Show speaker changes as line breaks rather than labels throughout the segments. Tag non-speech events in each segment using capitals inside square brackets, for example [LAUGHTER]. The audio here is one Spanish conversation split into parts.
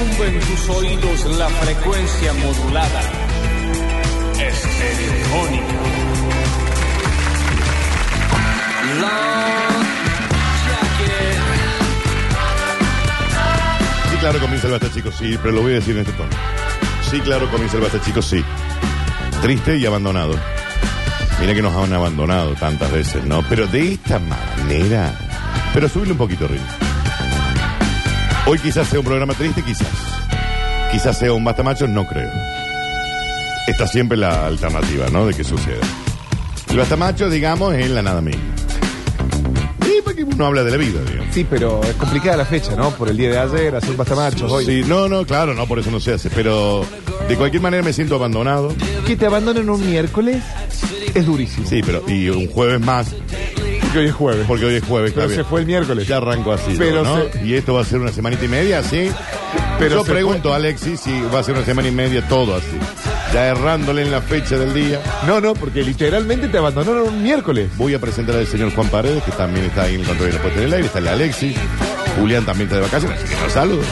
tus oídos la frecuencia modulada. Estereofónica. Long jacket.
Sí, claro, comienza el basta, chicos, sí, pero lo voy a decir en este tono. Sí, claro, comienza el basta, chicos, sí. Triste y abandonado. Mira que nos han abandonado tantas veces, ¿no? Pero de esta manera. Pero subirle un poquito, Rini. Hoy quizás sea un programa triste, quizás. Quizás sea un basta macho, no creo. Está siempre la alternativa, ¿no? De que suceda. El basta macho, digamos, es la nada misma. Y porque uno habla de la vida, digamos.
Sí, pero es complicada la fecha, ¿no? Por el día de ayer, hacer pastamachos hoy.
Sí, no, no, claro, no, por eso no se hace. Pero de cualquier manera me siento abandonado.
Que te abandonen un miércoles es durísimo.
Sí, pero y un jueves más,
Porque hoy es jueves.
porque hoy es jueves,
Pero
Javier.
se fue el miércoles.
Ya arranco así,
Pero
¿no?
se-
Y esto va a ser una semanita y media, ¿sí?
Pero
Yo
se
pregunto, Alexis, si va a ser una semana y media todo así. Ya errándole en la fecha del día.
No, no, porque literalmente te abandonaron un miércoles.
Voy a presentar al señor Juan Paredes, que también está ahí en el control de la puesta del aire. Está el Alexis. Julián también está de vacaciones, así que los saludo.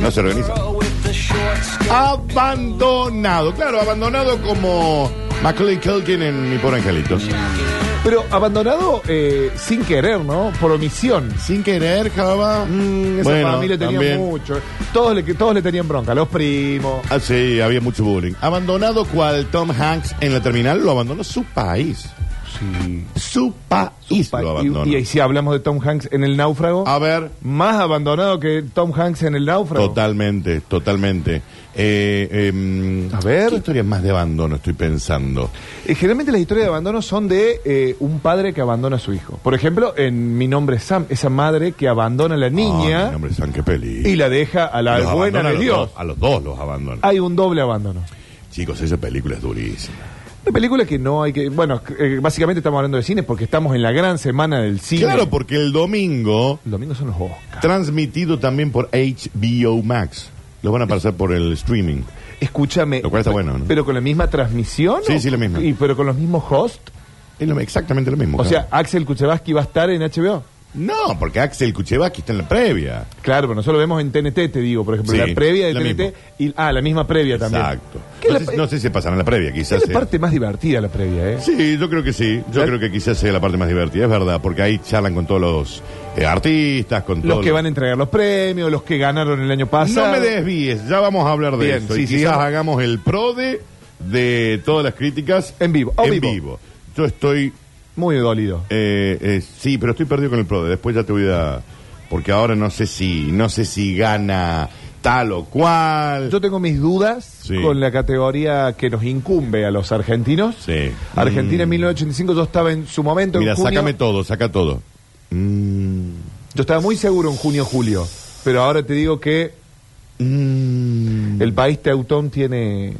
No se organiza. Abandonado. Claro, abandonado como Macaulay Culkin en Mi Pobre Angelito.
Pero abandonado eh, sin querer, ¿no? Por omisión.
Sin querer, Java.
Mm, esa
Bueno,
familia tenía
también.
mucho. Todos le, todos le tenían bronca, los primos.
Ah, sí, había mucho bullying. Abandonado cual Tom Hanks en la terminal, lo abandonó su país.
Sí.
Su país lo Ah. abandonó.
Y, y si hablamos de Tom Hanks en el náufrago,
A ver,
más abandonado que Tom Hanks en el náufrago.
totalmente, totalmente. Eh, eh,
A ver.
¿Qué historias más de abandono estoy pensando?
Eh, Generalmente las historias de abandono son de eh, un padre que abandona a su hijo. Por ejemplo, en Mi nombre es Sam, esa madre que abandona a la
Ah,
niña
mi nombre es San, qué peli.
y la deja a la
Los
buena
abandona a
de
los
Dios.
dos, a los dos los abandona.
Hay un doble abandono.
Chicos, esa película es durísima.
Una película que no hay que... Bueno, eh, básicamente estamos hablando de cine porque estamos en la gran semana del cine.
Claro, porque el domingo,
El domingo son los Oscars.
transmitido también por HBO Max, lo van a pasar por el streaming.
Escúchame.
Lo cual está bueno, ¿no?
¿Pero con la misma transmisión?
Sí,
¿O-
sí, la misma.
Y, ¿Pero con los mismos hosts?
Es lo- exactamente lo mismo.
O
claro.
sea, Axel Kuchevaski va a estar en HBO.
No, porque Axel Kuchevaki está en la previa.
Claro, pero nosotros lo vemos en TNT, te digo, por ejemplo,
Sí,
la previa de
lo
TNT.
mismo.
Y, ah, la misma previa también.
Exacto.
¿Qué
No
la-
sé, no sé si pasará en la previa, quizás.
Es la
sea-
parte más divertida la previa, ¿eh?
Sí, yo creo que sí. Yo
¿Verdad?
creo que quizás sea la parte más divertida, es verdad, porque ahí charlan con todos los eh, artistas, con todos
Los que van a entregar los premios, los que ganaron el año pasado.
No me desvíes, ya vamos a hablar de
Bien,
eso. y
sí, sí,
quizás
vamos.
hagamos el pro de, de todas las críticas
En vivo, o
En vivo.
vivo.
Yo estoy.
Muy dolido.
eh, eh, sí, pero estoy perdido con el pro de. Después ya te voy a. Porque ahora no sé si. No sé si gana tal o cual.
Yo tengo mis dudas
Sí.
con la categoría que nos incumbe a los argentinos.
Sí. Mm.
Argentina en 1985, yo estaba en su momento
Mira,
en junio.
sácame todo, saca todo. Mm,
Yo estaba muy seguro en junio, julio. Pero ahora te digo que
mm.
el país teutón tiene.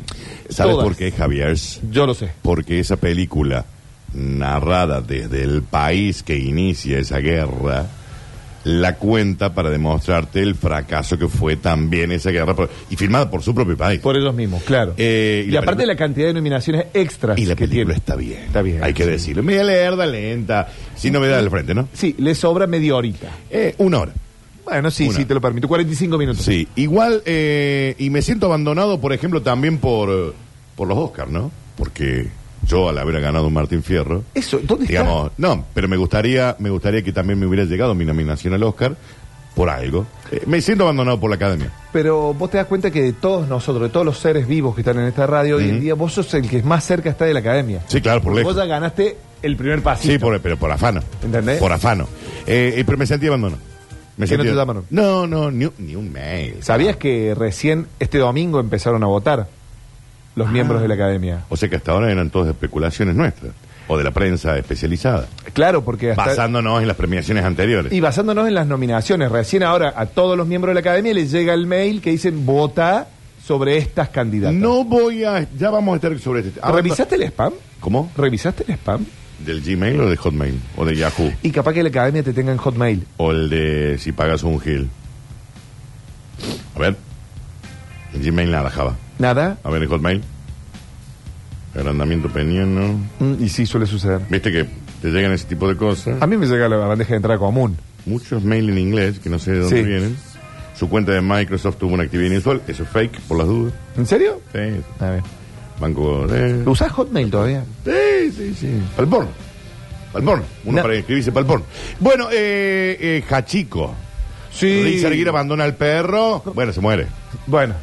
¿Sabes
todas.
por qué, Javier?
Yo lo sé.
Porque esa película narrada desde el país que inicia esa guerra la cuenta para demostrarte el fracaso que fue también esa guerra por- y firmada por su propio país.
Por ellos mismos, claro.
Eh, y
y
la
aparte
película-
la cantidad de nominaciones extras
y la
que tiene.
película está bien.
Está bien,
Hay que
sí.
decirlo. Media lerda, lenta, sin novedad al frente, ¿no?
Sí, le sobra media horita.
Eh, una hora.
Bueno, sí,
Una.
sí, te lo permito. 45 minutos.
Sí, igual, eh, y me siento abandonado, por ejemplo, también por, eh, por los Oscars, ¿no? Porque yo, al haber ganado un Martín
[LAUGHS]
Fierro,
Eso, ¿dónde
digamos, no, pero me gustaría, me gustaría que también me hubiera llegado mi nominación al Oscar por algo. Eh, me siento abandonado por la academia.
está? Pero vos te das cuenta que de todos nosotros, de todos los seres vivos que están en esta radio hoy en día, vos sos el que más cerca está de la academia.
Sí, claro, por
Porque
lejos.
Vos ya ganaste el primer pasito.
Sí, por- pero por afano.
¿Entendés?
Por afano. Eh, eh, pero me sentí abandonado. Me
¿Que no te llamaron?
No, no, ni, un- ni un mail.
¿Sabías que recién este domingo empezaron a votar
Ah.
los miembros de la academia?
O sea que hasta ahora eran todas especulaciones nuestras. O de la prensa especializada.
Claro, porque hasta...
Basándonos en las premiaciones anteriores.
Y basándonos en las nominaciones, recién ahora a todos los miembros de la academia les llega el mail que dicen vota sobre estas candidatas.
No voy a. Ya vamos a estar sobre este. ahora-
¿Revisaste el spam?
¿Cómo?
¿Revisaste el spam?
¿Del Gmail o de Hotmail? ¿O de Yahoo?
Y capaz que la academia te tenga en Hotmail.
¿O el de si pagas un Gil? A ver. En Gmail nada, Java.
Nada.
A ver, en Hotmail. Agrandamiento peniano.
Mm, Y sí, suele suceder.
Viste que te llegan ese tipo de cosas.
Ah. A mí me llega la bandeja de entrada común.
Muchos mail en inglés que no sé de dónde
Sí.
vienen. Su cuenta de Microsoft tuvo una actividad inusual. Eso es fake, por las dudas.
¿En serio?
Sí,
A ver.
banco. eh,
¿Usás Hotmail todavía?
Sí, sí, sí. Pa'l porno. Pa'l porno. Uno
No.
para inscribirse pa'l porno. Bueno, eh, eh, Hachico.
Sí.
Richard Gere abandona al perro. Bueno, se muere. [LAUGHS]
Bueno,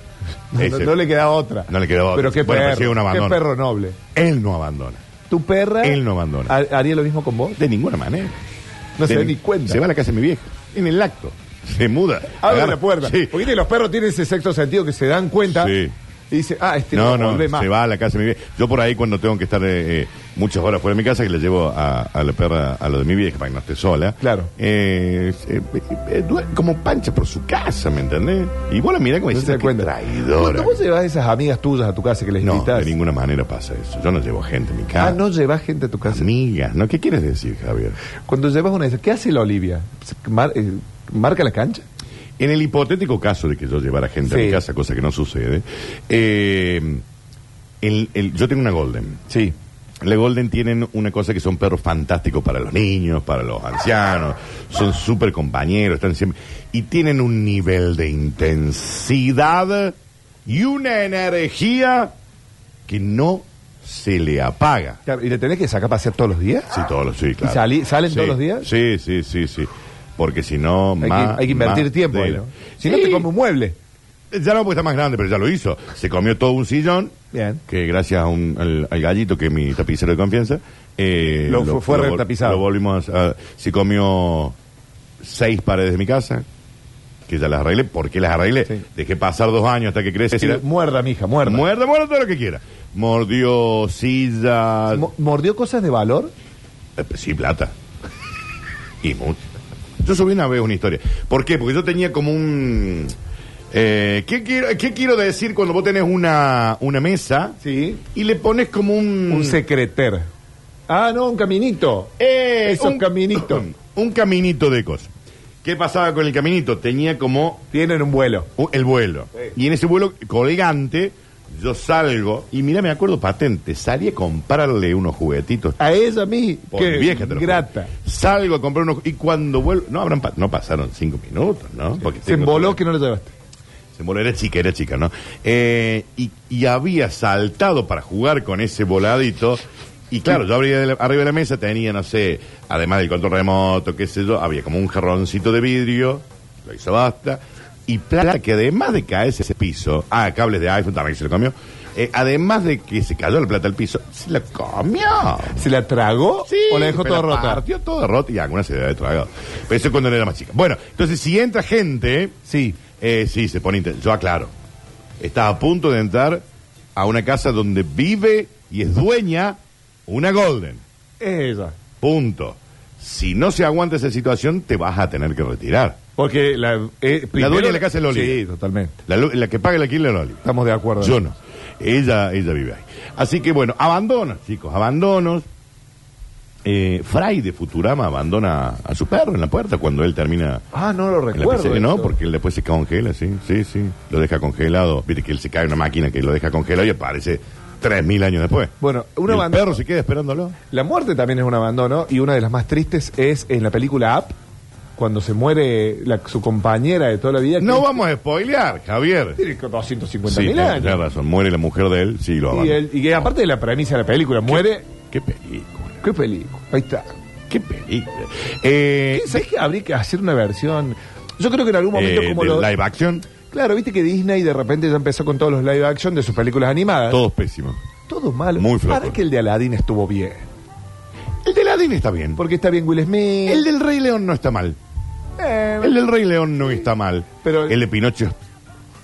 no,
Ese.
no le queda otra.
No le queda otra.
Pero qué
Bueno, pero
perro.
sí, un
qué
abandono.
perro noble.
Él no abandona.
¿Tu perra?
Él no abandona.
ha- ¿Haría lo mismo con vos?
De ninguna manera. De
No se da
ni-
ni cuenta.
Se va a la casa de mi vieja. En el acto. Se muda.
Abre
Agarra-
la puerta.
Sí.
Porque viste, los perros tienen ese sexto sentido que se dan cuenta.
Sí.
Y dice, ah, este
No,
no,
no,
vuelve más.
se va a la casa de mi vieja. Yo por ahí cuando tengo que estar eh, eh, muchas horas fuera de mi casa, que le llevo a, a la perra, a lo de mi vieja, para que no esté sola.
Claro.
Eh, eh, eh, eh, duele como pancha por su casa, ¿me entendés? Y vos la mirás como
No se
diciendo,
da
"Qué
cuenta.
traidora.
¿Cuándo vos llevas esas amigas tuyas a tu casa que les
No,
invitas?
de ninguna manera pasa eso. Yo no llevo gente en mi casa.
Ah, no llevas gente a tu casa.
Amigas, ¿no? ¿Qué quieres decir, Javier?
Cuando llevas una de esas, ¿qué hace la Olivia? ¿Se mar- eh, ¿Marca la cancha?
En el hipotético caso de que yo llevara gente a
Sí.
mi casa, cosa que no sucede, eh, el- el- yo tengo una Golden.
Sí.
La Golden tienen una cosa que son perros fantásticos para los niños, para los ancianos, son súper compañeros, están siempre... Y tienen un nivel de intensidad y una energía que no se le apaga.
¿Y le tenés que sacar para hacer todos los días?
Sí, todos los, sí, claro.
salí- salen
Sí,
todos los días?
Sí, sí, sí, sí. Porque si no,
Hay,
más-
que, hay que invertir
más
tiempo. ahí,
de-
¿no? Si no,
Sí.
te come un mueble.
Ya no, porque está más grande, pero ya lo hizo. Se comió todo un sillón.
Bien.
Que gracias a un- al, al gallito, que es mi tapicero de confianza. eh,
Lo fu- fue
vol-
retapizado.
Lo volvimos a. Se comió seis paredes de mi casa. Que ya las arreglé. ¿Por qué las arreglé?
Sí.
Dejé pasar dos años hasta que crece.
Sí, muerda, mija, muerda.
muerda, muerda todo lo que quiera. Mordió sillas.
Mo- ¿Mordió cosas de valor?
Eh, pues Sí, plata. [LAUGHS] Y mucho. Yo subí una vez una historia. ¿Por qué? Porque yo tenía como un... eh, ¿qué, quiero, qué quiero decir cuando vos tenés una, una mesa
Sí.
y le pones como un...
Un secreter. Ah, no, un caminito.
Eh,
Esos caminitos.
[CLEARS THROAT] Un caminito de cosas. ¿Qué pasaba con el caminito? Tenía como
Tienen un vuelo.
u- el vuelo.
Sí.
Y en ese vuelo colgante yo salgo y mira, me acuerdo patente, salí a comprarle unos juguetitos
A ella a mí,
Por
qué
vieja te lo
grata.
juro. Salgo a comprar unos. Y cuando vuelvo. No, habrán pa- no pasaron cinco minutos, ¿no? Porque
Se
tengo-
emboló que no lo llevaste.
Se emboló, era chica, era chica, ¿no? Eh, y, y había saltado para jugar con ese voladito. Y claro, yo abría de la- arriba de la mesa tenía, no sé, además del control remoto, qué sé yo, había como un jarroncito de vidrio, lo hizo basta, y plata que además de caerse ese piso, ah, cables de iPhone también se lo comió, eh, además de que se cayó la plata al piso, se la comió.
¿Se la tragó
Sí,
o la dejó
me
toda rota?
Partió todo roto y alguna se debe haber tragado. Pero eso es cuando no era más chica. Bueno, entonces si entra gente,
Sí.
eh, sí, se pone inten- Yo aclaro. Está a punto de entrar a una casa donde vive y es dueña una Golden.
Es ella.
Punto. Si no se aguanta esa situación, te vas a tener que retirar.
Porque la, eh, primero-
dueña de la casa es Loli.
Sí, totalmente.
La, lu- la que paga el alquiler, Loli.
Estamos de acuerdo.
Yo no. Ella, ella vive ahí. Así que bueno, abandonos, chicos, abandonos. Eh, Fry de Futurama abandona a su perro en la puerta cuando él termina.
Ah, no lo
en la
recuerdo.
pizzería. no,
eso.
porque él después se congela, sí, sí, sí. Lo deja congelado. Viste que él se cae en una máquina que lo deja congelado y aparece 3.000 años después.
Bueno, un
Y el
abandono-
perro se queda esperándolo.
La muerte también es un abandono y una de las más tristes es en la película Up, cuando se muere la- su compañera de toda la vida. que
No vamos a spoilear, Javier.
Tiene 250
Sí,
mil
tenés
años.
razón. Muere la mujer de él, sí, lo
Y,
abandona.
él- y que aparte de la premisa de la película, muere.
Qué película,
¿Qué película? Ahí está.
qué película. Eh,
¿Qué- ¿Sabés que habría que hacer una versión? Yo creo que en algún momento,
eh,
como
de
lo.
live action,
Claro, viste que Disney de repente ya empezó con todos los live action de sus películas animadas.
todos pésimos.
Todo malo.
Muy flojo.
Para que el de Aladdin estuvo bien.
El de Aladdin está bien.
Porque está bien Will Smith.
El del Rey León no está mal.
eh,
El del Rey León no está mal.
Pero-
el de Pinocho es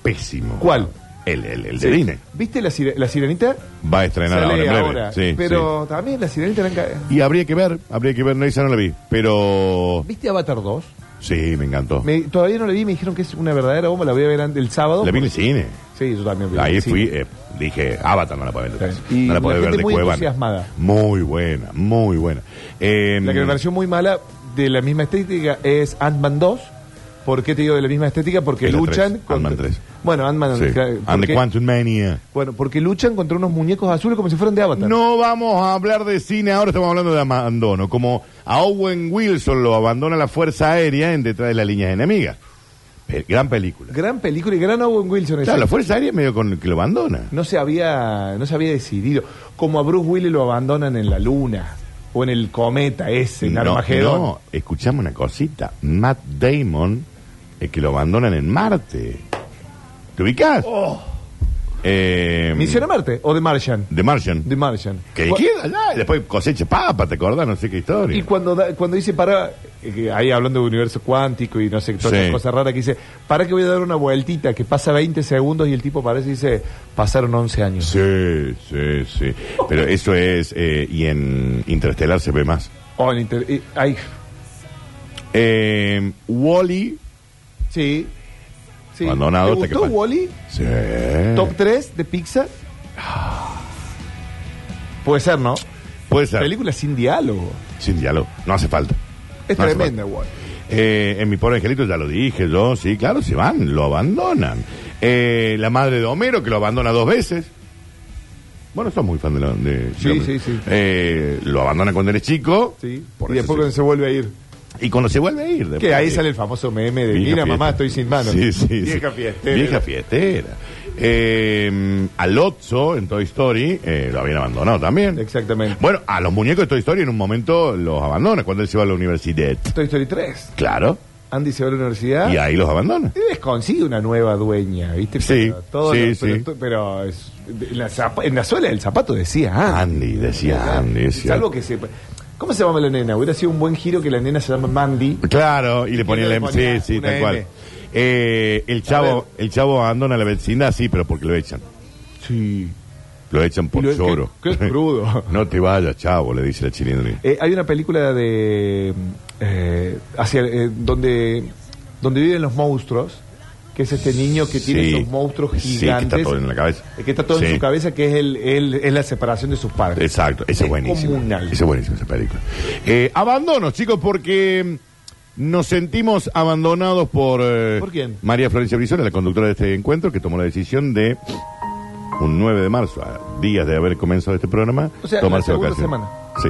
pésimo.
¿Cuál?
El, el, el
sí.
de Disney.
¿Viste la, sire- la sirenita?
Va a estrenar ahora
Sale
en breve.
ahora.
Sí,
pero también la sirenita eh. la enca-
sí. Y habría que ver, habría que ver, no esa no la vi, pero
¿Viste Avatar 2?
sí, me encantó.
Me- todavía no la vi, me dijeron que es una verdadera bomba, la voy a ver an- el sábado.
La vi en el cine.
Sí, yo también. vi.
Ahí
Sí.
fui, eh, dije, Avatar no la podés ver.
Sí. Y
No la
la
podés ver
gente
de
muy
Cuevana.
entusiasmada.
Muy buena, muy buena. Eh,
La que me pareció muy mala de la misma estética es Ant-Man 2. ¿Por qué te digo de la misma estética? Porque
Es la
luchan
tres, Ant-Man 3.
Bueno, Ant-Man
sí.
claro,
And the
porque-
Quantum Mania.
Bueno, porque luchan contra unos muñecos azules como si fueran de Avatar.
No vamos a hablar de cine, ahora estamos hablando de abandono. Como a Owen Wilson lo abandona la Fuerza Aérea en detrás de las líneas enemigas. Pe- gran película.
Gran película y gran Owen Wilson.
Claro,
exacto.
la Fuerza Aérea medio con que lo abandona.
No se había, no se había decidido. Como a Bruce Willis lo abandonan en la luna o en el cometa ese, en Armagedón.
no, escuchame una cosita. Matt Damon, el que lo abandonan en Marte. ¿Te ubicas? Eh,
Misión a Marte o The Martian.
The Martian.
The Martian.
Que
Cu-
queda allá y después cosecha papa, ¿te acordás? No sé qué historia.
Y cuando, da- cuando dice para, eh, que ahí hablando de universo cuántico y no sé, todas
Sí.
esas cosas raras que dice, para que voy a dar una vueltita, que pasa 20 segundos y el tipo parece y dice, pasaron 11 años.
Sí, sí, sí. Pero eso es. eh, y en Interestelar se ve más.
Oh, en inter- y- ay,
Eh, Wally.
sí. sí.
Abandonado hasta
¿Te
que Eh.
gustó
pase.
Wally?
Sí.
Top 3 de Pixar. Puede ser, ¿no?
Puede ser.
Película sin diálogo.
Sin diálogo. No hace falta.
Es
No hace
tremenda,
falta.
Wally.
Eh, en mi pobre angelito ya lo dije yo, sí, claro, se van, lo abandonan. Eh, la madre de Homero, que lo abandona dos veces. Bueno, sos muy fan de... La, de-
Sí,
digamos,
sí, sí.
eh, lo abandona cuando eres chico.
Sí.
por
y
eso se-
después cuando se vuelve a ir.
y cuando se vuelve a ir. después-
Que ahí sale el famoso meme de,
Vieja
mira
fiesta.
mamá, estoy sin manos.
Sí, sí, sí.
Vieja fiestera.
Vieja fiestera. Eh, a Lotso en Toy Story eh, lo habían abandonado también.
Exactamente.
Bueno, a los muñecos de Toy Story en un momento los abandona cuando él se va a la universidad.
Toy Story 3.
Claro.
Andy se va a la universidad.
Y ahí los abandona.
Y desconsigue una nueva dueña, ¿viste?
Sí,
Pero todo
sí,
lo- pero,
sí.
to- pero es- en, la zapa- en la suela del zapato decía ah,
Andy, decía Andy. decía-
Salvo que se. ¿Cómo se llama la nena? Hubiera sido un buen giro que la nena se llama Mandy.
Claro, y le ponía
Y
el
le
M. Sí,
ponía
sí,
una
tal
M.
cual. Eh, el chavo el chavo abandona la vecindad, sí, pero porque lo echan.
Sí.
Lo echan por
Y lo- qué-
choro.
qué crudo.
[LAUGHS] no te vayas, chavo, le dice la chilindrina.
Eh, hay una película de. eh, hacia, eh, donde, donde viven los monstruos, que es este niño que tiene
Sí.
esos monstruos
Sí,
gigantes.
que está todo en la cabeza.
eh, Que está todo
Sí.
en su cabeza, que es, el, el- es la separación de sus padres.
Exacto, ese es buenísimo.
comunal.
Ese es buenísimo, esa película. Eh, abandonos, chicos, porque mm, nos sentimos abandonados por, eh,
¿Por quién?
María Florencia Brizola, la conductora de este encuentro, que tomó la decisión de un 9 de marzo, a días de haber comenzado este programa,
O sea, la
tomarse
segunda
vacaciones.
semana.
Sí.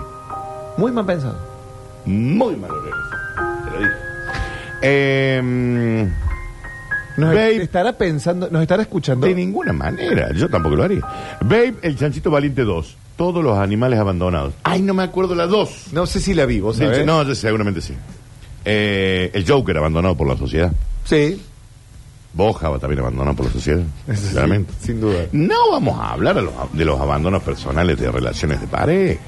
Muy mal pensado.
Muy mal organizado. Te lo dije. Em,
Nos
Babe.
estará pensando, nos estará escuchando.
de ninguna manera, yo tampoco lo haría. Babe, el chanchito valiente 2. Todos los animales abandonados. Ay, no me acuerdo la 2.
No sé si la vi, ¿vos
Sí,
sabés?
sí, no, yo seguramente sí. Eh, el Joker abandonado por la sociedad. [LAUGHS]
Sí.
Boja va también abandonado por la sociedad.
[LAUGHS] Eso sí,
Claramente.
sin duda.
No vamos a hablar a los- de los abandonos personales de relaciones de pareja.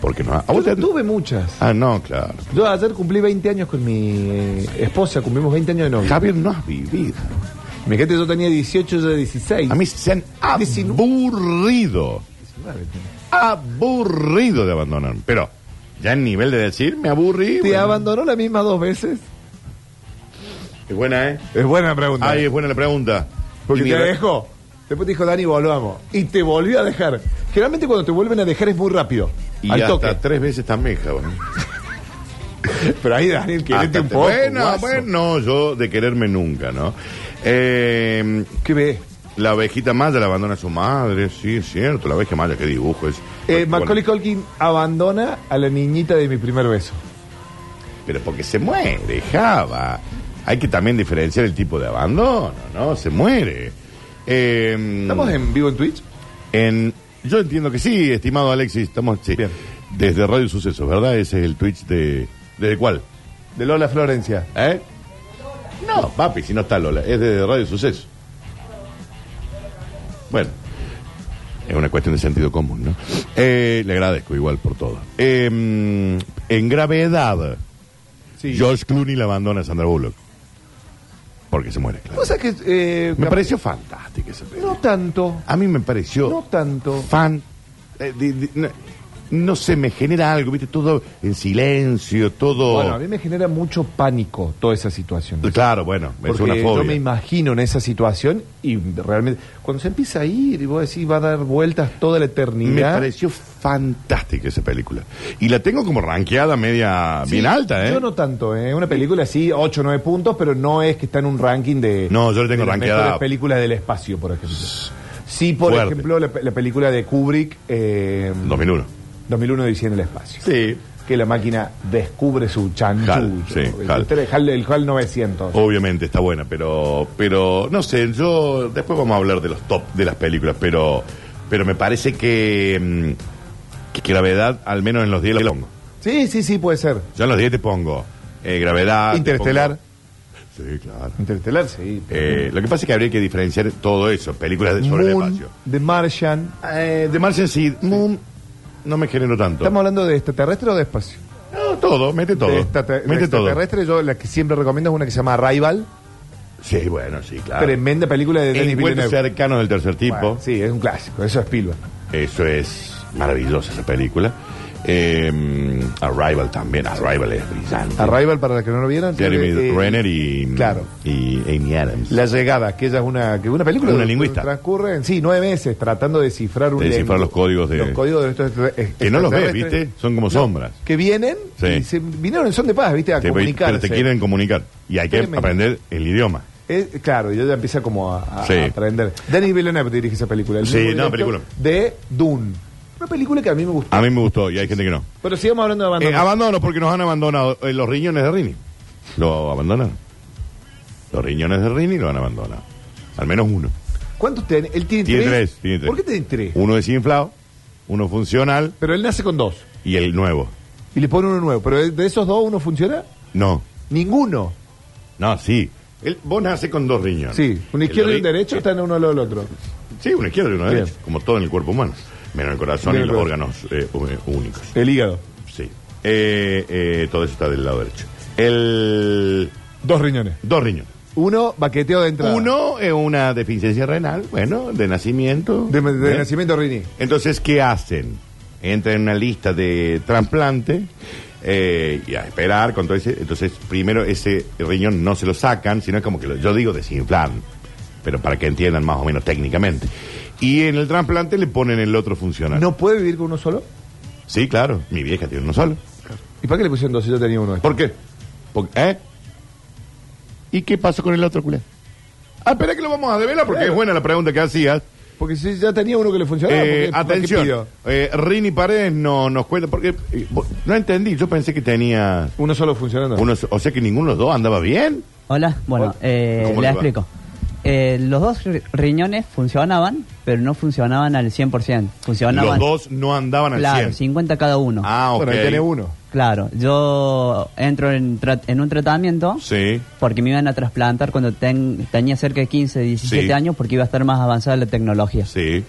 Porque no. ¿a vos
Yo
te-
tuve muchas.
Ah, no, claro.
Yo ayer cumplí 20 años con mi eh, esposa, cumplimos 20 años de novio.
Javier, no has vivido.
Mi gente, yo tenía 18, yo 16.
A mí se han aburrido.
19 tenía.
Aburrido de abandonar. Pero ya el nivel de decir, me aburrí.
¿Te
bueno.
abandonó la misma dos veces?
Es buena, ¿eh?
Es buena pregunta.
Ay, es buena la pregunta.
Porque
Y mi
te
re-
dejó. Después te dijo, Dani, volvamos. Y te volvió a dejar. Generalmente cuando te vuelven a dejar es muy rápido.
Y
al
hasta
toque.
tres veces también, Javier.
[LAUGHS] Pero ahí, Daniel, querete
Hasta
un
te-
poco.
bueno,
guaso.
bueno, yo de quererme nunca, ¿no? Eh,
¿Qué ves?
la abejita maya la abandona a su madre, sí, es cierto. La abeja maya, qué dibujo es.
Eh,
Bueno,
Macaulay Culkin abandona a la niñita de mi primer beso.
Pero porque se muere, Java. Hay que también diferenciar el tipo de abandono, ¿no? Se muere. Eh,
¿Estamos en vivo en Twitch?
en- Yo entiendo que sí, estimado Alexis, estamos... sí.
Bien.
Desde Radio Sucesos, ¿verdad? Ese es el Twitch de... ¿Desde cuál?
De Lola Florencia.
¿Eh? No, papi, si no está Lola, es de Radio Suceso. Bueno, es una cuestión de sentido común, ¿no? Eh, le agradezco igual por todo. Eh, en gravedad,
Sí.
George Clooney la abandona a Sandra Bullock. Porque se muere, claro.
O sea que. eh,
Me
cap-
pareció fantástica esa película.
No tanto.
A mí me pareció
No tanto.
fan. eh, de- de- no, no se me genera algo, viste, todo en silencio, todo.
Bueno, a mí me genera mucho pánico toda esa situación.
Claro, bueno, es
Porque
una fobia.
yo me imagino en esa situación y realmente. Cuando se empieza a ir, y vos decís, va a dar vueltas toda la
Me
eternidad.
pareció fantástica esa película. Y la tengo como rankeada media bien alta, ¿eh?
Yo no tanto, ¿eh? Una película así, 8 o 9 puntos, pero no es que está en un ranking de.
No, yo le tengo
de las
rankeada-
mejores películas del espacio, por ejemplo. Sí, por
Fuerte.
ejemplo, la, pe- la película de Kubrick, eh,
2001.
2001 Odisea en el espacio.
Sí.
que la máquina descubre su chanchullo.
Jal, sí, Oh. jal.
Este es Jal- el Jal 900.
Obviamente está buena, pero pero no sé, yo después vamos a hablar de los top de las películas, pero pero me parece que mm, que, que gravedad al menos en los 10 la pongo.
Sí, sí, sí, puede ser.
Yo en los 10 te pongo eh, gravedad, te
Interestelar.
pongo- Sí, claro.
Interestelar, sí.
Eh, lo que pasa es que habría que diferenciar todo eso, películas de- sobre el
Moon,
espacio.
The Martian.
Eh, de Martian sí, Moon no me generó tanto.
¿Estamos hablando de extraterrestre o de espacio?
No, todo, mete todo.
De extrate- de
mete todo.
extraterrestre, yo la que siempre recomiendo es una que se llama Rival.
Sí, bueno, sí, claro.
Tremenda película de Denis
Encuentro
Villeneuve.
cercano del tercer Ah. tipo.
Bueno, sí, es un clásico, eso es Spielberg.
Eso es maravillosa esa película. Eh, Arrival también. Arrival es brillante.
Arrival, para los que no lo vieron.
Jeremy
tiene, eh,
Renner y,
Claro.
y Amy Adams.
La llegada, que ella es una, que una película.
Una
que
lingüista.
Transcurre en sí, nueve meses tratando de descifrar un
De descifrar
lengu-
los códigos de-
Los códigos de estos extra-
que no los ves,
extraterrestres
¿viste? Son como sombras.
Que vienen
Sí.
y se vinieron en son de paz, ¿viste? A
Te- pero
comunicarse.
te quieren comunicar. Y hay que
Tremendo.
aprender el idioma.
Es- claro, y ella empieza como a, a-
Sí.
a aprender. Denis Villeneuve dirige esa película. el
Sí,
mismo
no,
director
película.
De Dune. Una película que a mí me gustó.
A mí me gustó y hay gente que no.
Pero sigamos hablando de
Eh,
abandono.
abandono porque nos han abandonado eh, los riñones de Rini. Lo abandonaron. Los riñones de Rini lo han abandonado. Al menos uno.
ah, ¿Cuántos tiene? Él tiene,
Tiene tres, tiene tres.
¿Por qué tiene tres?
Uno desinflado, uno funcional
Pero él nace con dos.
y el nuevo.
Y le pone uno nuevo. ¿Pero de esos dos uno funciona?
No,
Ninguno.
No, sí. El, vos nacés con dos riñones.
Sí, un
El
izquierdo y un
ri-
derecho están uno al lado del otro.
Sí, un izquierdo y un
Bien.
derecho. Como todo en el cuerpo humano. Menos el corazón
Bien, pues.
y los
el
órganos eh, ú- únicos.
El hígado.
Sí. Eh, eh, todo eso está del lado derecho. El.
Dos riñones.
Dos riñones.
Uno, baqueteo de entrada.
Uno es una deficiencia renal, bueno, de nacimiento.
De, de
¿Eh?
nacimiento Rini.
Entonces, ¿qué hacen? Entran en una lista de trasplante eh, y a esperar con todo ese. Entonces, primero ese riñón no se lo sacan, sino es como que lo- yo digo desinflan, pero para que entiendan más o menos técnicamente. Y en el trasplante le ponen el otro funcional.
¿No puede vivir con uno solo?
Sí, claro, mi vieja tiene uno solo.
¿Y para qué le pusieron dos si yo tenía uno?
¿Por qué? Por- ¿Eh? ¿Y qué pasó con el otro culé? Ah, espera que lo vamos a develar porque
Claro.
es buena la pregunta que hacías.
Porque si ya tenía uno que le funcionaba. ¿por
Eh,
qué- para qué
atención,
pidió?
eh, Rini Paredes no, nos cuenta, porque eh, bo- no entendí, yo pensé que tenía
Uno solo funcionando.
unos, o sea que ninguno de los dos andaba bien.
Hola, bueno,
Hola.
eh,
¿Cómo les
le
va?
explico. Eh, los dos ri- riñones funcionaban, pero no funcionaban al 100%. Funcionaban.
Los dos no andaban al
Claro,
100.
50 cada uno.
Ah, ok.
Bueno, ahí tiene uno.
Claro, yo entro en, tra- en un tratamiento
Sí.
porque me iban a trasplantar cuando ten- tenía cerca de 15, 17
Sí.
años porque iba a estar más avanzada la tecnología.
Sí.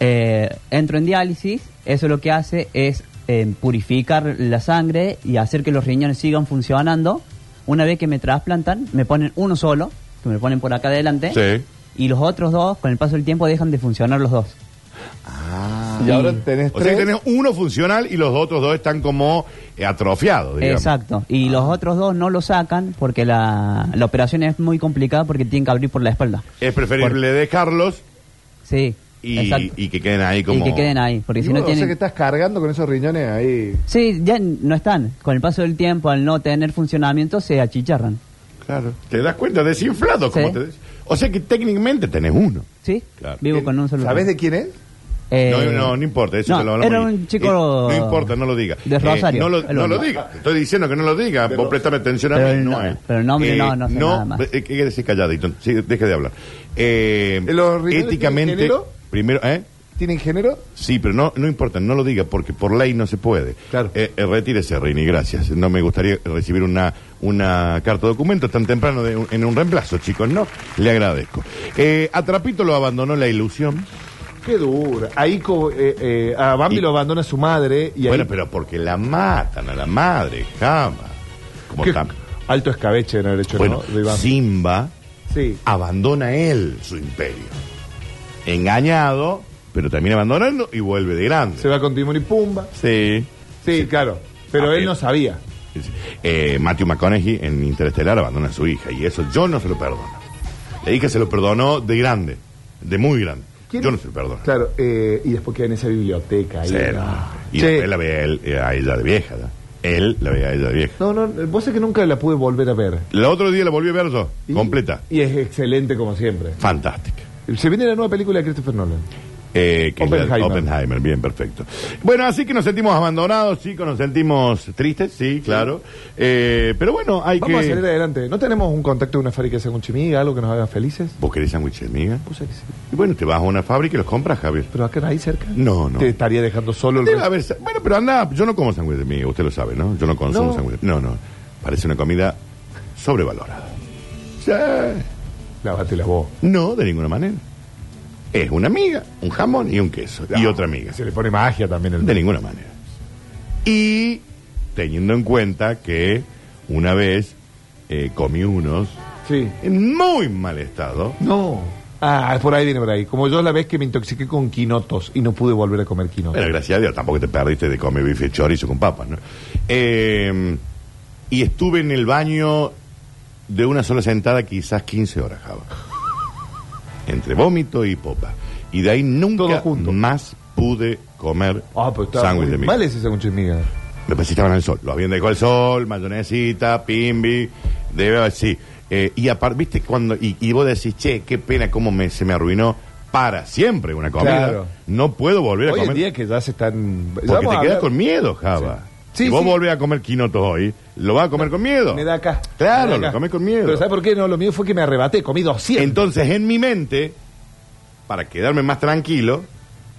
Eh, entro en diálisis, eso lo que hace es eh, purificar la sangre y hacer que los riñones sigan funcionando. Una vez que me trasplantan, me ponen uno solo, que me ponen por acá adelante,
Sí.
y los otros dos, con el paso del tiempo, dejan de funcionar los dos.
Y ahora tenés
Ah. O sea
tres.
que tenés uno funcional y los otros dos están como eh, atrofiados, digamos.
Exacto,
Ah.
y los otros dos no lo sacan porque la, la operación es muy complicada porque tienen que abrir por la espalda.
Es preferible dejarlos
Sí,
y,
exacto.
y que queden ahí como...
Y que queden ahí, porque
Y
si no
vos, O sea
tienen...
que estás cargando con esos riñones ahí.
Sí, ya no están. Con el paso del tiempo, al no tener funcionamiento, se achicharran.
Claro. Te das cuenta, desinflado, como
Sí.
te des- O sea que técnicamente tenés uno.
¿Sí?
Claro.
Vivo con un solo.
¿Sabés de quién es?
Eh,
No, no, no importa, eso
no,
te lo hablamos
Era
y-
un chico.
y- no importa, no lo diga.
De
Eh,
Rosario.
no lo,
el
no lo
hombre.
diga. Estoy diciendo que no lo diga. Vos prestame atención a
Pero
mí.
el
No,
no-
eh.
pero el nombre no- no sé nada más.
eh, ¿Qué quiere decir calladito? Sí, deje de hablar. Eh,
¿Eh, los riñones tienen
éticamente.
género?
Primero, ¿eh?
¿Tienen género?
Sí, pero no, no importa, no lo diga, porque por ley no se puede.
Claro.
Eh, eh, retírese, Rini, gracias. No me gustaría recibir una, una carta de documento tan temprano de un- en un reemplazo, chicos, ¿no? Le agradezco. Eh, a Trapito lo abandonó la ilusión.
Qué dura. Ahí co- eh, eh, a Bambi
Y-
lo abandona su madre. Y
bueno,
ahí,
pero porque la matan a la madre, cama. Como
Qué
tam-
alto escabeche en haber hecho,
Bueno,
¿no? De Bambi.
Simba
Sí.
abandona él su imperio. Engañado, pero también abandonando y vuelve de grande.
Se va con Timón y Pumba.
Sí.
Sí, claro. Pero
Ah,
él
bien.
no sabía.
Eh, Matthew McConaughey en Interestelar abandona a su hija y eso yo no se lo perdono. La hija se lo perdonó de grande, de muy grande.
¿Quién-
Yo no se lo perdono.
Claro, eh, y después queda en esa biblioteca. Ahí, Ah.
Sí, no. Y después la ve a, él, eh, a ella de vieja. ¿no? Él la ve a ella de vieja.
No, no, vos sé que nunca la pude volver a ver.
El otro día la volví a ver yo,
Y-
completa.
Y es excelente como siempre.
Fantástica.
Se viene la nueva película de Christopher Nolan.
Eh, que es la de
Oppenheimer.
Oppenheimer, bien, perfecto. Bueno, así que nos sentimos abandonados, chicos, nos sentimos tristes, sí, claro. Eh, pero bueno, hay
Vamos
que...
a salir adelante. ¿No tenemos un contacto de una fábrica de según chimiga, algo que nos haga felices?
¿Vos querés sándwiches, miga?
Puse que sí.
Y bueno, te vas a una fábrica y los compras, Javier.
¿Pero acá ahí cerca?
No, no.
Te estaría dejando solo el
Debe
resto.
haber sa- bueno, pero anda, yo no como sándwich de miga, usted lo sabe, ¿no? Yo no consumo
No.
sándwich de- No, no, parece una comida sobrevalorada. Sí.
Lávatelas vos.
No, de ninguna manera. Es una miga, un jamón y un queso. Y
No,
otra miga.
Se le pone magia también el
De ninguna manera. Y teniendo en cuenta que una vez eh, comí unos
Sí.
en muy mal estado.
No. Ah, por ahí viene por ahí. Como yo la vez que me intoxiqué con quinotos y no pude volver a comer quinotos.
Bueno, gracias a Dios, tampoco te perdiste de comer bife chorizo con papas, ¿no? Eh, y estuve en el baño de una sola sentada quizás 15 horas, Java. Entre vómito y popa. Y de ahí
Todo
nunca
junto.
más pude comer
Ah, pero estaba
sándwich
muy
de miga.
mal ese sándwich de miga.
Me parece que estaban al sol. Lo habían dejado al sol, mayonesita, pimbi, debe haber, sí. Eh, y aparte, viste, cuando, y, y vos decís, che, qué pena cómo me, se me arruinó para siempre una comida.
Claro.
No puedo volver a
Hoy en
comer.
día que ya se están... ya
porque
vamos
te
a
quedas
hablar-
con miedo, Java.
Sí. Sí,
si vos
sí.
volvés a comer quinotos hoy, lo vas a comer con miedo.
Me da acá.
Claro,
Me da
lo
acá.
comés con miedo.
Pero ¿sabes por qué? No, lo mío fue que me arrebaté. Comí 200.
Entonces, en mi mente, para quedarme más tranquilo,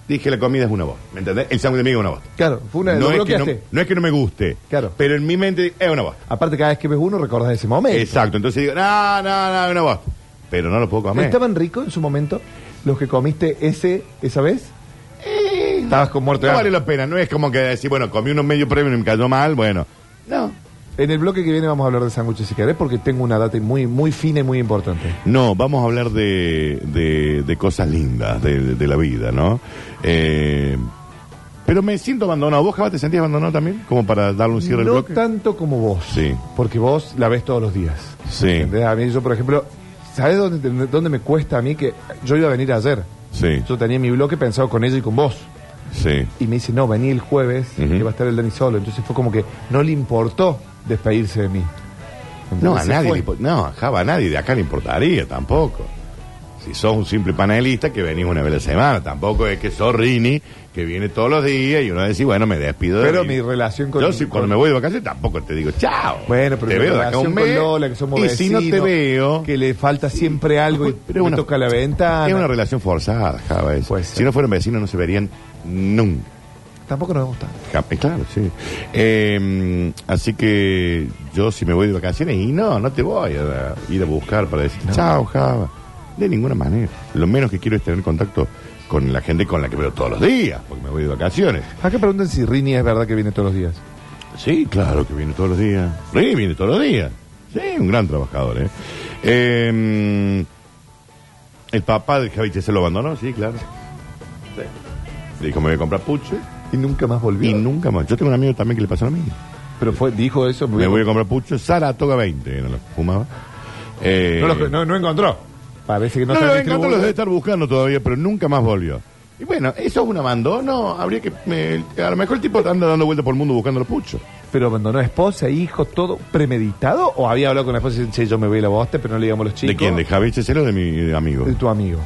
dije la comida es una voz. ¿Me entendés? El sándwich de miga es una voz.
claro, fue una de
No
lo
es, que no,
bloqueaste.
no es que no me guste,
Claro.
pero en mi mente es una voz.
Aparte, cada vez que ves uno, recordás ese momento.
Exacto, entonces digo, no, no, no, no, vos. Pero no lo puedo comer.
¿Estaban ricos en su momento los que comiste ese esa vez? Estabas con muerto de
Eh, No vale
hambre.
la pena, no es como que decir, bueno, comí unos medio premios y me cayó mal, bueno. No.
En el bloque que viene vamos a hablar de sándwiches si querés, porque tengo una data muy, muy fina y muy importante.
No, vamos a hablar de, de, de cosas lindas de, de- de la vida, ¿no? Eh, pero me siento abandonado. ¿Vos, Java, te sentías abandonado también? Como para darle un cierre al
no
bloque.
tanto como vos.
Sí.
Porque vos la ves todos los días.
Sí.
¿Entendés? A mí, yo, por ejemplo, ¿sabés dónde, dónde me cuesta a mí que yo iba a venir ayer?
Sí,
Yo tenía mi bloque pensado con ella y con vos.
sí.
Y me dice, no, vení el jueves,
Ujú.
que va a estar el Dani solo. Entonces fue como que no le importó despedirse de mí.
No,
Entonces
a
se
nadie
fue.
le impo- No, a Java, a nadie de acá le importaría tampoco. Si sos un simple panelista que venís una vez a la semana, tampoco es que sos Rini, que viene todos los días y uno dice, bueno, me despido de
Pero
Rini.
mi relación con-
Yo, si,
con-
cuando me voy de vacaciones, tampoco te digo, chao.
Bueno, pero
te
mi
veo de acá
relación
un
con
mes.
Lola, que somos
y si no te
vecinos,
veo.
Que le falta siempre algo y
[LAUGHS] Pero es
me
una-
toca la ventana. Pues
Es una relación forzada, Java. es.
Puede ser.
Si no fueran vecinos, no se verían nunca.
Tampoco nos gusta.
Cap- eh, Claro, sí. Eh, así que yo si me voy de vacaciones y no, no te voy a a ir a buscar para decir chao, Java. De ninguna manera. Lo menos que quiero es tener contacto con la gente con la que veo todos los días, porque me voy de vacaciones.
Acá preguntan si Rini es verdad que viene todos los días.
Sí, claro que viene todos los días. Sí, viene todos los días. Sí, un gran trabajador, ¿eh? Eh, el papá de Javi se lo abandonó, sí, claro. Sí. Le Dijo, me voy a comprar puche.
Y nunca más volvió.
Y nunca más. Yo tengo un amigo también que le pasó lo mismo.
Pero fue, dijo eso.
Me voy a comprar pucho. Saratoga 20. No lo fumaba. Eh,
No, lo- no- no encontró. Parece que no,
no
está
lo encontró, los debe
distribuido.
estar buscando todavía, pero nunca más volvió. Y bueno, eso es un abandono. Habría que. eh, a lo mejor el tipo anda dando vueltas por el mundo buscando los puchos.
Pero abandonó esposa, hijo, todo premeditado. ¿O había hablado con la esposa y dice, che, yo me voy a la bosta, pero no le digamos a los chicos?
¿De quién? ¿De Javier Chesero o de mi amigo?
De tu amigo.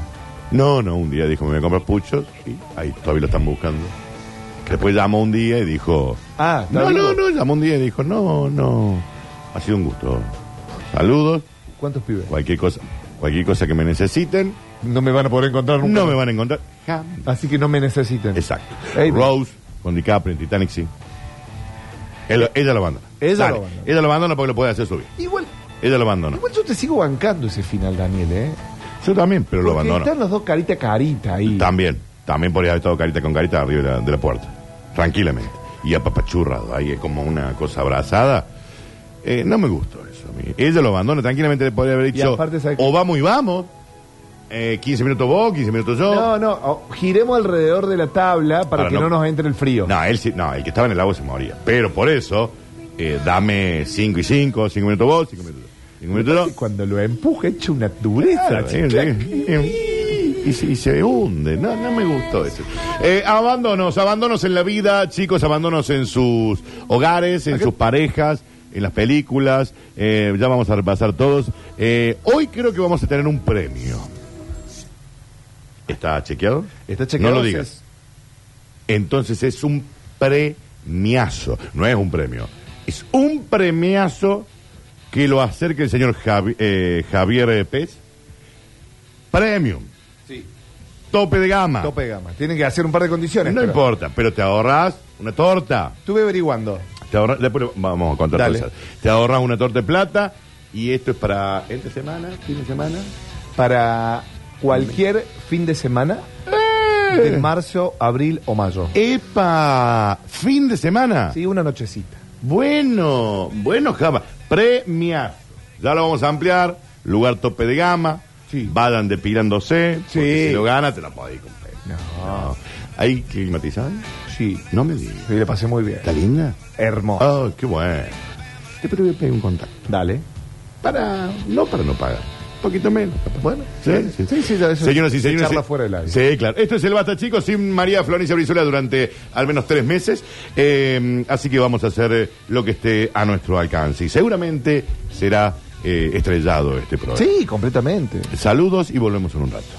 No, no, un día dijo, me voy a comprar puchos. Y ahí todavía lo están buscando. Después llamó un día y dijo.
Ah, está
no,
vivo.
no, no, llamó un día y dijo, no, no. Ha sido un gusto. Saludos,
¿Cuántos pibes?
cualquier cosa, cualquier cosa que me necesiten.
No me van a poder encontrar nunca.
No me van a encontrar. Jamás.
Así que no me necesitan.
Exacto.
Ey,
Rose con DiCaprio en Titanic, sí. Él- ella lo abandona.
Ella lo
Sale.
abandona.
Ella lo abandona porque lo puede hacer subir.
Igual,
Ella lo abandona.
igual yo te sigo bancando ese final, Daniel, ¿eh?
Yo también, pero lo
Porque
abandono.
Están los dos carita a carita ahí.
También. También podría haber estado carita con carita arriba de la, de la puerta. Tranquilamente. Y apapachurrado. Ahí es como una cosa abrazada. Eh, no me gustó eso. a mí. Ella lo abandona. Tranquilamente le podría haber
Y
dicho,
aparte, ¿sabe qué?
o vamos y vamos. Eh, 15 minutos vos, 15 minutos yo.
No, no, o- giremos alrededor de la tabla para,
Para
que
no-
no. nos entre el frío.
No, él sí- no, el que estaba en el agua se moría. Pero por eso, eh, dame 5 y 5, 5 minutos vos, 5 minutos. 5 minutos
Y Cuando lo empuje, echa una dureza.
Claro, eh, sí,
chica.
sí. Y, se- y se hunde. No, no me gustó eso. Eh, abandonos, abandonos en la vida, chicos, abandonos en sus hogares, en sus parejas, en las películas. Eh, ya vamos a repasar todos. Eh, hoy creo que vamos a tener un premio. ¿Está chequeado?
Está chequeado,
No lo
es-
digas. Entonces es un premiazo. No es un premio. Es un premiazo que lo acerque el señor Javi- eh, Javier eh, Pez. Premium.
Sí.
Tope de gama.
Tope de gama. Tienen que hacer un par de condiciones.
Ah. no
pero-
importa, pero te ahorras una torta.
Estuve averiguando.
Te ahorra- después vamos a contar
Dale.
cosas. Te ahorras una torta de plata y esto es para entre semana, fin de semana.
Para cualquier fin de semana
Eh.
de marzo, abril o mayo.
¡Epa! ¿Fin de semana?
Sí, una nochecita.
Bueno, bueno, Java. Premias. Ya lo vamos a ampliar. Lugar tope de gama.
Sí.
Vayan depilándose. Porque
Sí.
si lo ganas, te la podéis comprar. No. ¿Hay climatizado?
Sí.
No me digas.
Sí, le pasé muy bien.
¿Está linda?
Hermoso.
Oh, qué bueno. Después te voy a pedir un contacto.
Dale.
Para, no para no pagar. Un poquito menos.
Bueno,
Sí, sí,
sí, sí, ya eso
Señoras y
se
señores.
charla
sí-
fuera del aire.
Sí, claro. Esto es el Basta, chicos, sin María Florencia Brizuela durante al menos tres meses. Eh, así que vamos a hacer eh, lo que esté a nuestro alcance. Y seguramente será eh, estrellado este programa.
Sí, completamente.
Saludos y volvemos en un rato.